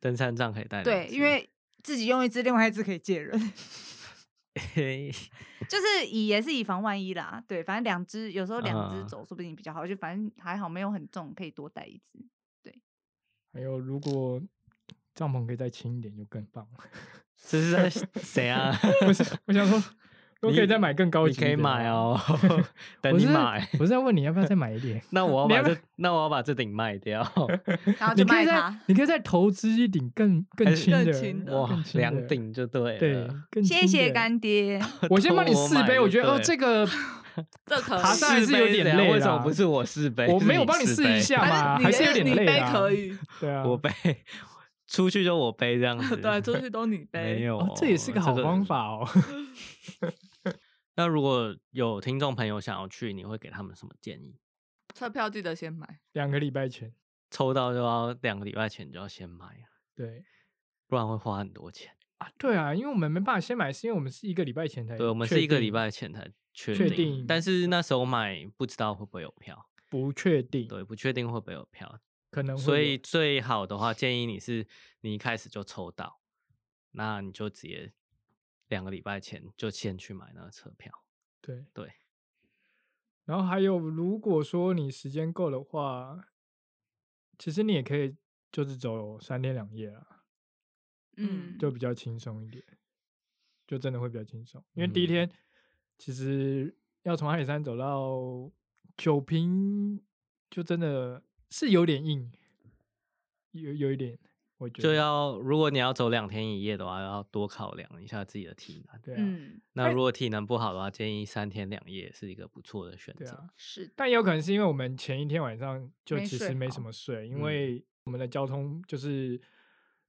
登山杖可以带
对，
两只
因为自己用一只，另外一只可以借人， <laughs> 就是以也是以防万一啦。对，反正两只，有时候两只
嗯
走说不定比较好，就反正还好没有很重，可以多带一只。
还有，如果帐篷可以再轻一点，就更棒了。
<laughs> 这是在谁啊？
<laughs> 不是，我想说，都可以
你
再买更高
你
级一
可以
点
买
啊，
哦
<laughs>
<laughs> 等
我
你
是 <laughs>
买。。
我是在问你要不要再买一点
那我要
你要
把
不要
这 <laughs> 那我要把这顶卖
<laughs>
掉，
然后
你
就
可
卖
以
它
再。你可以再投资一顶更更
还是
轻的，
更轻的
哇
更，轻的
两顶就对
对
了。，
更
谢
轻
谢
的。
干爹，
我先帮你
托我
试
买
杯，
就
我觉得哦，
对
这个
<laughs>
这可
爬
以
山还是有
试杯
点
怎样
累
为什么
啦
不是我试杯？
我
是
没有帮你试一
杯
下嘛，
反正
还
你
是有点
你
累
背
啊。
可以，
对啊，
我背， <laughs> 出去就我背这
哦
样子。
对，出去都你
没
背。
有、
哦，这也是个好方。法哦。
那如果有听众朋友想要去，你会给他们什么建议？
车票记得先买，
两个礼拜前，
抽到就要两个礼拜前就要先买啊，
对
不然会花很多钱。
啊，对啊，因为我们没办法先买，是因为我们是一个礼拜前才
对，我们
确
是一个礼
定
拜前才确
确
定，
定
但是那时候买不知道会不会有票，
不确定，
对，不确定会不会有票，
可能会
所
有
以最好的话建议你是你一开始就抽到，那你就直接两个礼拜前就先去买那个车票。
对
对。
然后还有，如果说你时间够的话，其实你也可以就是走三天两夜啊，
嗯，
<laughs> 就比较轻松一点，就真的会比较轻松。因为第一
嗯
天其实要从阿里山走到九平，就真的是有点硬，有有一点，我觉得
就要如果你要走两天一夜的话，要多考量一下自己的体能。
对啊、
嗯，
那如果体能不好的话，建议三天两夜是一个不错的选
对
择。
啊。
是的，
但也有可能是因为我们前一天晚上就
没
其
睡
实没
好
什么
嗯
睡，因为我们的交通就是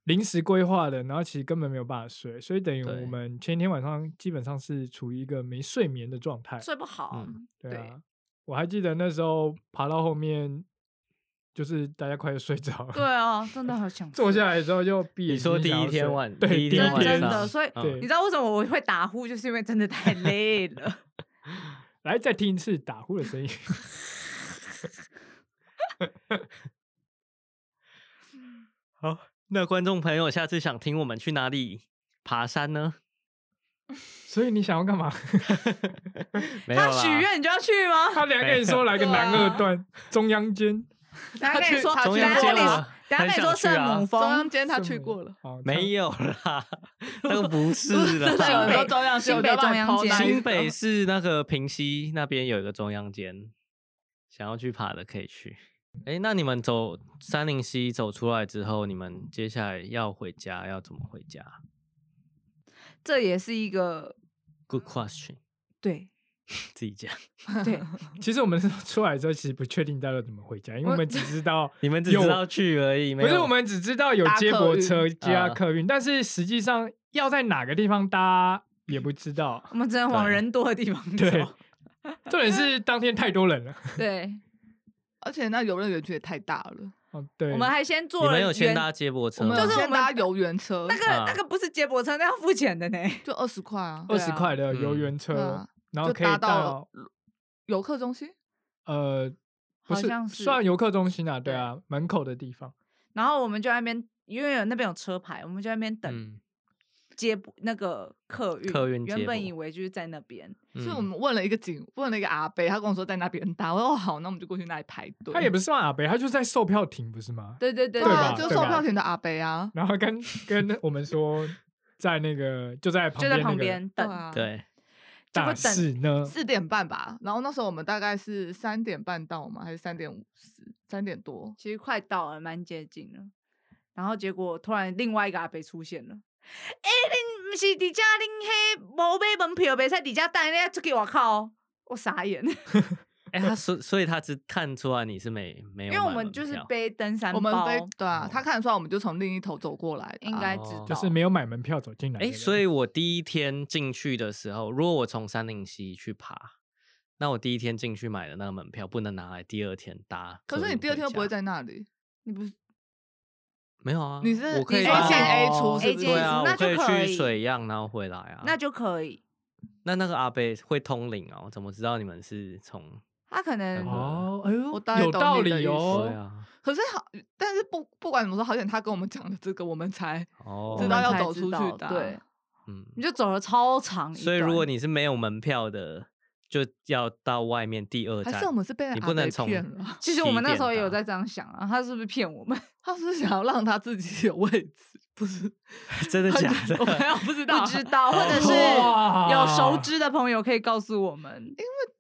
临时规划的，然后其实根本没有办法睡，所以等于
对
我们前一天晚上基本上是处于一个没睡眠的状态。
睡不好
嗯，
对
对
啊，我还记得那时候爬到后面，就是大家快要睡着了，
<laughs> 对哦，真的好想
坐
睡
下来之后就闭眼
你
睛
说
想
第一
要
天
睡
晚，
对
第一
第一
天晚
天
真
上，
的，所以
嗯
对
你知道为什么我会打呼，就是因为真的太累了。
来再听一次打呼的声音。 <laughs>
好，那观众朋友下次想听我们去哪里爬山呢？
所以你想要干嘛？ <laughs>
没有
他
啦
许，愿你就要去吗？
<laughs> 他俩跟你说来个
对
南
啊
二段中央间，
等下跟你
去
说，
他
等
去
下
过
跟你
了，
等下
很
跟
想
你说
去啊
圣母
中央
峰，
间他
是
去
吗
过了。
<laughs> 哦他
没有啦，那个不
真
是
的有很
新
多
北
啦。
中央街，
新
我
北
就帮
中
你
央
抛
街
那一
新
个
北是那个平西那边有一个中央间，想要去爬的可以去。哎，那你们走三零西走出来之后，你们接下来要回家要怎么回家
这也是一个
？Good question， <laughs>
对
自己讲。
对，
其实我们是出来之后，其实不确定大家怎么回家，因为我们只知
<laughs>
道
你们只
有
知道去而已，没
不是
有
我们只知道有
搭
接
客
驳
运
车加
啊
客运，但是实际上要在哪个地方搭也不知道。
<laughs> 我们只能往
对
人多的地方走
对。，重点是当天太多人了。 <laughs>
对，
而且那游乐园区也太大了，
哦，对，
我们还先
你
坐了
们有先
原
搭接驳车
我
吗？
们有
就是
先
我们
搭游园车，
那个那
啊
个不是接驳车，那要付钱的呢。
就二十块啊，
二十块的游
嗯
园
对
车
啊，
然后
就
可
搭
以
到游客中心。
呃，不
好像是
算游客中心啊，对
对
啊，门口的地方。
然后我们就在那边，因为有那边有车牌，我们就在那边等
嗯，
接驳那个客运。
客运接
原
驳
本以为就是在那边，
嗯
所以我们问了一个警，问了一个阿伯，他跟我说在那边搭，我说哦好，那我们就过去那里排队。
他也不是算阿北，他就在售票亭，不是
<laughs>
吗？
对对对
对
对
啊，
吧
就
对
售
吧嗯
票亭的阿伯啊，
然后跟跟我们说，在那个就在旁
就
边
在
那
旁
个
边
对
等。
啊，，
对，
就
大
会等
室呢，
四点半吧。然后那时候我们大概是三点半到吗？还是三点五十？三点多。
其实快到了，蛮接近了。然后结果突然另外一个阿伯出现了，哎、恁不是伫遮恁迄无买门票，袂使伫遮等，恁要出去外口哦。我傻眼，
哎、他所所以他只看出来你是没没有买门
因为
票，
我们就是背登山
我们
包，
被对啊
哦，
他看得出来，我们就从另一头走过来的啊。
应该知
哦
道，
就是没有买门票走进来的
哎、
人。
所以我第一天进去的时候，如果我从三零七去爬，那我第一天进去买的那个门票不能拿来第二天搭客
可
运回家。
是你第二天又不会在那里，
你不是
没有啊？
你是
我可以
你是
搭
进
A 出
对
是不是
啊，
那
我
就
可以
可以
去水漾然后回来啊。
那就可以。
那那个阿贝会通灵哦，怎么知道你们是从？
他可能
哦
哦，哎呦，
嗯我大概
有
懂
道
你的
理
意思
哦。
<laughs> 对啊，
可是好，但是不不管怎么说，好险他跟我们讲的这个，我们才
哦，
知道要走出去的啊。
对，
嗯，
你就走了超长一段。
所以如果你是没有门票的，就要到外面第二
还
站。
是我们是被
你
阿
不能
北
从
骗了？
其实我们那时候也有
7点
在这样想啊，他是不是骗我们？
他是想要让他自己有位置，不是？
搭，真的假
我
的？
没有不知道，
不知道，或者是
哇
有熟知的朋友可以告诉我们。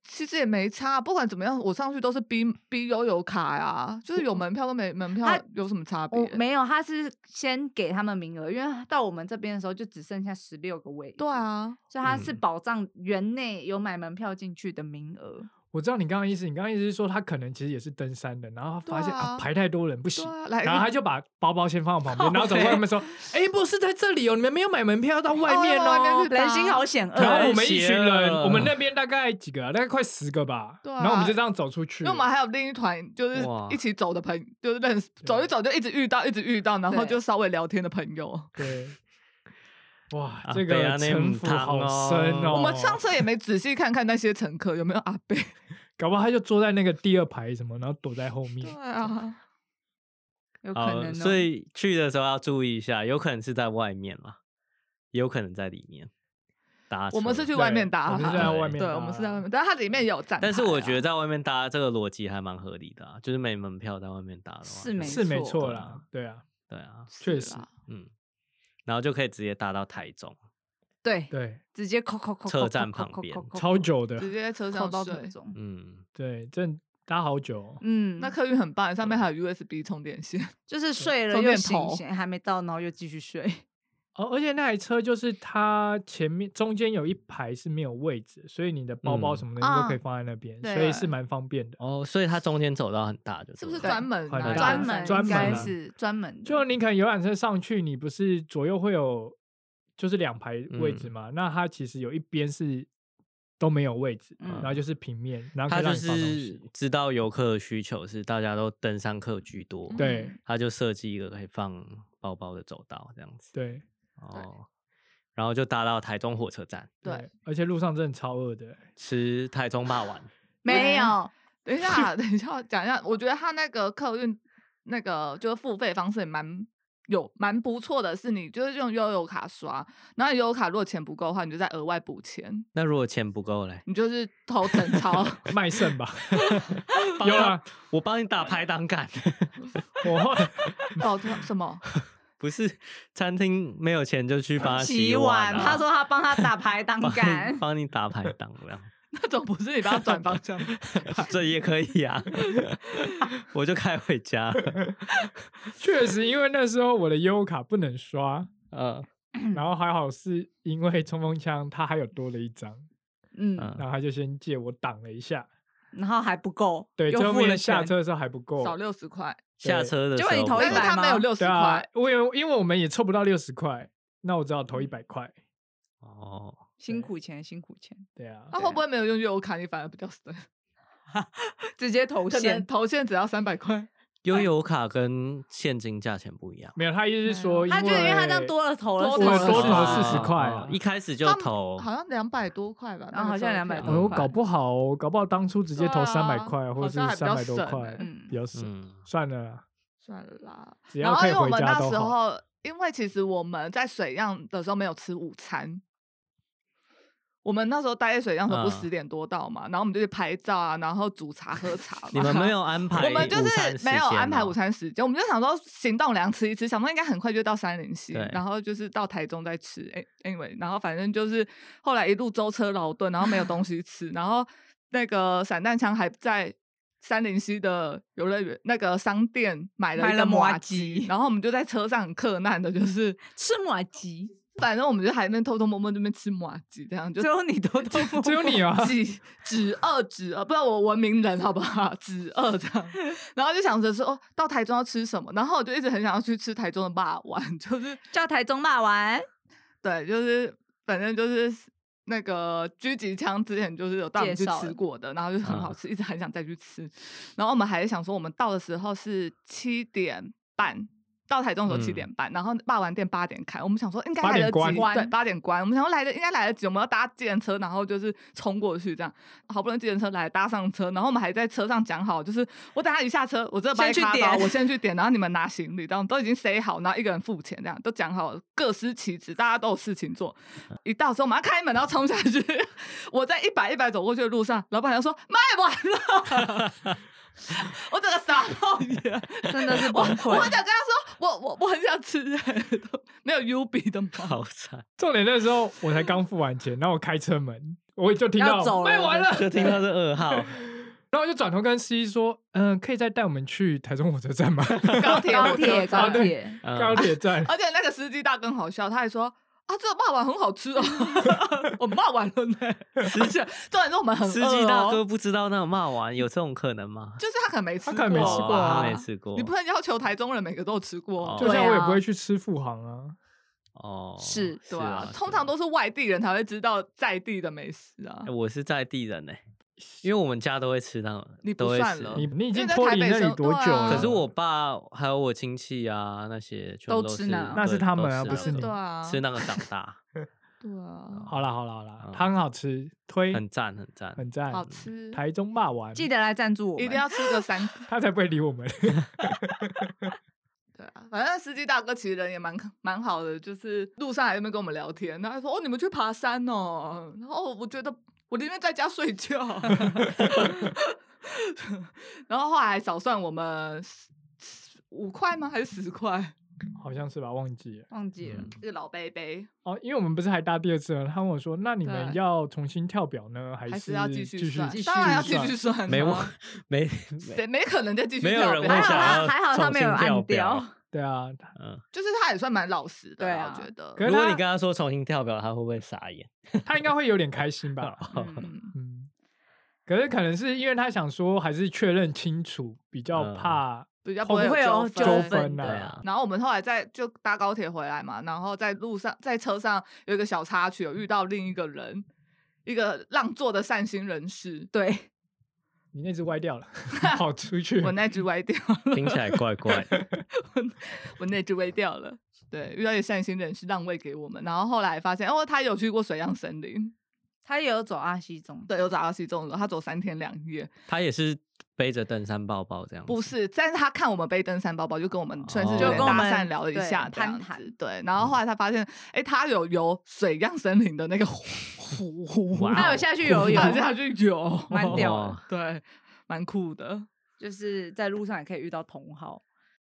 其实也没差，不管怎么样，我上去都是 B B 悠游卡呀、就是有门票跟没门票
他
有什么差别
我？没有，他是先给他们名额，因为到我们这边的时候就只剩下十六个位。
对，啊，
所以他是
嗯
保障园内有买门票进去的名额。
我知道你刚刚意思，你刚刚意思是说他可能其实也是登山的，然后他发现
对
啊
啊
排太多人不
对
行，
啊，来，
然后他就把包包先放到
<laughs>
旁边，然后走过来跟他们说：“哎，不是在这里哦，你们没有买门票到外面
哦外面
哦
是。”
人心好险恶
太
然后
哦，
我们一群
邪
人，
了
我们那边大概几个啊，大概快十个吧。
对啊
然后我们就这样走出去。
因为我们还有另一团，就是
哇
一起走的朋友，就是认识走一走就一直遇到，一直遇到，然后
对
就稍微聊天的朋友。
对，哇，
阿
这
伯
个
啊那
城
母
府
汤
好
哦
深哦。
我们上车也没仔细看看那些乘客有没有阿
<laughs>
贝。
搞不好他就坐在那个第二排什么，然后躲在后面
对。啊，
有可
好，
能哦。
所以去的时候要注意一下，有可能是在外面啦，也有可能在里面
啊
搭车。
我们是去外面
我
打
们是
卡
在
卡，
外面
对，
搭
我们是在外面，但它里面也有站台啊。
但是我觉得在外面搭这个逻辑还蛮合理的、啊，就是没门票在外面搭的话
是
就
没
是没
错
错啦，对啊，
对啊，
确
是
实
啦，
嗯，然后就可以直接搭到台中，
对，
对，
直接扣扣扣
车站旁边
哦
超久的，
直接在车
扣
上
到
睡
台。中。
嗯，
对，真搭好久哦。
嗯，
那客运很棒，上面还有 USB 充电线。
就是睡了
充
又
电
醒
头
醒，还没到，然后又继续睡。 <laughs>
哦，而且那台车就是它前面中间有一排是没有位置，所以你的包包
嗯
什么东西都可以放在那边，
啊
所以
对
是蛮方便的。
哦，所以它中间走道很大就对了，
是不是专门
快
拿
乐
来
大学
啊专门
专
应该
门啊
是专门的，
就你可能游览车上去，你不是左右会有就是两排位
嗯
置嘛？那它其实有一边是都没有位置，
嗯
然后就是平面，然后
他
可以让
就
你放东西
是知道游客的需求是大家都登山客居多，
对
嗯
他就设计一个可以放包包的走道这样子。
对
哦，然后就搭到台中火车站
对，，
而且路上真的超饿
<laughs>
的欸、
吃台中霸王，
没有
等一下，啊等一下，我讲一下。我觉得他那个客运那个就是付费方式也蛮有蛮不错的，是你就是用悠游卡刷，然后悠游卡如果钱不够的话，你就再额外补钱，
那如果钱不
<laughs>
够嘞，
你就是投整钞。
卖肾吧，
帮
有
他
啊，
我帮你打排档杆，
我后来
哦，什么？ <laughs>
不是餐厅没有钱就去帮他
洗
碗
碗，
啊。
他说他帮他打排档
帮
杆
你，帮你打排档这样， <laughs>
那种不是你把它转方向吗？
这也可以啊， <laughs> 我就开回家了。
确实，因为那时候我的优卡不能刷，
嗯
然后还好是因为冲锋枪它还有多了一张，
嗯，
然
嗯，
后他就先借我挡了一下，
然后还不够，
对，
又
最后
付了
面下
钱
车的时候还不够，
少六十块，
下车的时
结
候
果你投
我
一
但
就
是
百
他没有
吗
六十
对啊
块，，
我有因为我们也凑不到六十块，那我只好
嗯
投一百块，
哦，
辛苦钱，辛苦钱，
对啊，
那会不会没有用悠游卡？你反而比较省，
<laughs> 直接投
可能
现。
头现只要三百块。
悠游卡跟现金价钱不一样，
没有，他意思是说，
他就因为他这样多了投了
多
我
40
投
块，
了
<laughs> 多投
40
四十块
哦
啊
一。开始就
他们
投，
好像两百多块吧，
啊好像200
哦，
多
我
块
搞不好哦，搞不好当初直接投
对
三
啊
百块，或
好
是
像还比
三
较
百多
省
块
欸，
嗯
比较省。
嗯，
<laughs> 算了啊
<laughs>
啦，
算了啦。
只
然
要
后
可
因
以
为我
回
们
家
那
都
时
好。
候，因为其实我们在水漾的时候没有吃午餐。我们那时候待在水漾的时候，不
嗯
十点多到嘛，然后我们就去拍照啊，然后煮茶喝茶嘛。
<laughs> 你们没有安排，
我们就是没有安
哦啊
排午，餐时间，我们就想说行动粮吃一吃，想说应该很快就到三林溪
对，
然后就是到台中再吃。哎，anyway，然后反正就是后来一路舟车劳顿，然后没有东西吃，然后那个散弹枪还在三林溪的游乐园那个商店买了
买
一
了
个
麻
麻
吉
然后我们就在车上很克难的，就是
吃马吉，
反正我们就还在那边偷偷摸摸这边吃麻吉，这样就
只有你偷偷摸摸，
只有你
<laughs>
啊
几指二指呃二，不然我文明人好不好？指二这样，然后就想着说、哦、到台中要吃什么，然后我就一直很想要去吃台中的霸丸，就是
叫台中骂完，
对，就是反正就是那个狙击枪之前就是有带我们去
介绍
吃
了
过的，然后就很好吃，一直很想再去吃。然后我们还想说，我们到的时候是七点半。到台中的时候七
嗯
点半，然后霸王店八点开，我们想说应该
8
来
点
得及，
关
对，八点关，我们想说来的应该来得及，我们要搭计程车，然后就是冲过去这样，好不容易计程车来搭上车，然后我们还在车上讲好，就是我等下一下车，我这
先
掰
去
咖
点
包，我先去点，然后你们拿行李，这样都已经 say 好，然后一个人付钱，这样都讲好了，各司其职，大家都有事情做，
嗯
一到时候马上开门，然后冲下去。 <laughs> 我在一百一百走过去的路上，老板娘说卖完了， <laughs> 我整个傻
<laughs>
爆眼，
真的是
我
崩
我想
溃。
跟他说，我我我很想吃、都没有 U 比的吗？<laughs>
好惨，
重点那时候我才刚付完钱，然后我开车门，我就听
要
到
走了
卖完了，
就听到这噩耗，
然后我就转头跟司机说：“嗯、可以再带我们去台中火车站吗？ <laughs>
高铁
高铁，
高
高
铁，
铁，
嗯
高铁站。
而且那个司机大更好笑，他还说。啊，这个霸王很好吃哦， <laughs> 我骂完了呢。而且重点是我们很
司
饿
机大
哦
哥不知道那骂完有这种可能吗？
就是他可 <laughs> 能没吃
他
过，
可能没吃过
哇
啊
他没吃过，
你不能要求台中人每个都有吃过
哦，
就像
对
我也
啊
不会去吃富航啊，
哦，
是
对啊，通常
都。
都是外地人才会知道在地的美食啊
欸。我是在地人呢、因为我们家都会吃到，
你不
都会
算
吃
了
你你已
因
经
为在
脱
台
离
北
那
生
里多
对啊
久了？
可是我爸还有我亲戚啊那些全部
都
都
吃
是
那
对
那是他们啊
都
不
吃
是
那
你
对
个
啊，
吃那个长大，
对啊，
好啦好啦好啦
嗯，
它很好吃，推
很赞很赞。
很赞，
好吃，
台中霸丸，
记得来赞助我
哦
们，
一定要吃个三个。
他才不会理 <laughs> 我们。
对啊，反正司机大哥其实人也蛮蛮好的，就是路上还在那边跟我们聊天，然后他说：“哦，你们去爬山哦。”然后我觉得我宁愿在家睡觉。 <laughs> 然后后来还少算我们十十五块吗？还是十块？
好像是吧，忘记了
忘记了
嗯。
一个老杯杯，
哦，因为我们不是还搭第二次了，他问我说：“那你们
对
要重新跳表呢，还
还
是
是要继
继
续算？
继续
当然要继
算
续算啊，
没我没
谁没可能再继续
没有
跳
人
杯
会
还
还
好
好啦
想
他
要
还好他没有
重新
按
跳
掉
表，
对啊，
嗯，
就是他也算蛮老实的
对
啦，
啊
我觉得。
可是
如果
他
你跟他说重新跳表，他会不会傻眼？？
他应该会有点开心吧 <laughs>
<laughs> 嗯
嗯，可是可能是因为他想说还是确认清楚，比较
嗯
怕
比较
后
会
面
会有
有纠
纠纷
纷。
呐、
对啊，
然后我们后来在就搭高铁回来嘛，然后在路上在车上有一个小插曲，有遇到另一个人，一个让座的善心人士，
对，
你那只歪掉了， <laughs> 跑出去。
我那只歪掉了，
听起来怪怪
<laughs>
的。
我那只歪掉了。对，遇到一个善心人士让位给我们，然后后来发现哦，他有去过水漾森林，
他也有走阿西中，
对，有找到西中楼，他走三天两夜，
他也是背着登山包包这样子，
不是，但是他看我们背登山包包，就跟我们算是
哦
有
就
点
跟我
搭
们
讪聊了一
对
下，这
攀
样
谈
子对。
嗯
然后后来他发现，哎，他有游水漾森林的那个湖湖湖，
哇
他有
哦
下去游
<laughs>
泳
他，下去游，
蛮屌的
哇
对，蛮酷的。
就是在路上也可以遇到同好，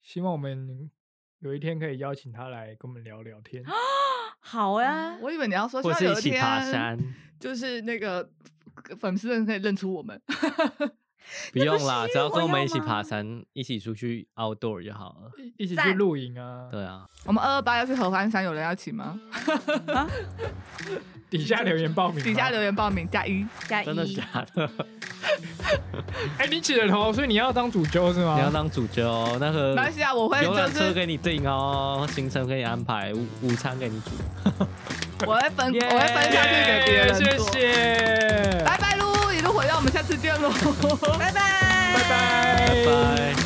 希望我们有一天可以邀请他来跟我们聊聊
啊
天。
好呀，
我以为你要说，希
或
望
是
有
一
一
起爬
天
山，
就是那个粉丝们可以认出我们。 <laughs>
不用啦，只要跟我们一起
要吗
爬山，一起出去 outdoor 就好了。
一一起去
赞
露营啊，
对啊，
我们二二八要去合欢山，有人要一起吗？
底下留言报名啊，
底下留言报名加一。
加
真的
一
假的？
<laughs>
哎、你起了头，所以你要当主揪是吗？
你要当主角哦，那个
没关系啊，我会
游
就
览车
是
给你订哦，行程给你安排，午午餐给你煮。
我会分
耶
我会分下去给别人
哎谢
做。
谢，
拜拜喽，一路回到我们下次见喽。 <laughs>
拜拜，拜
拜
拜。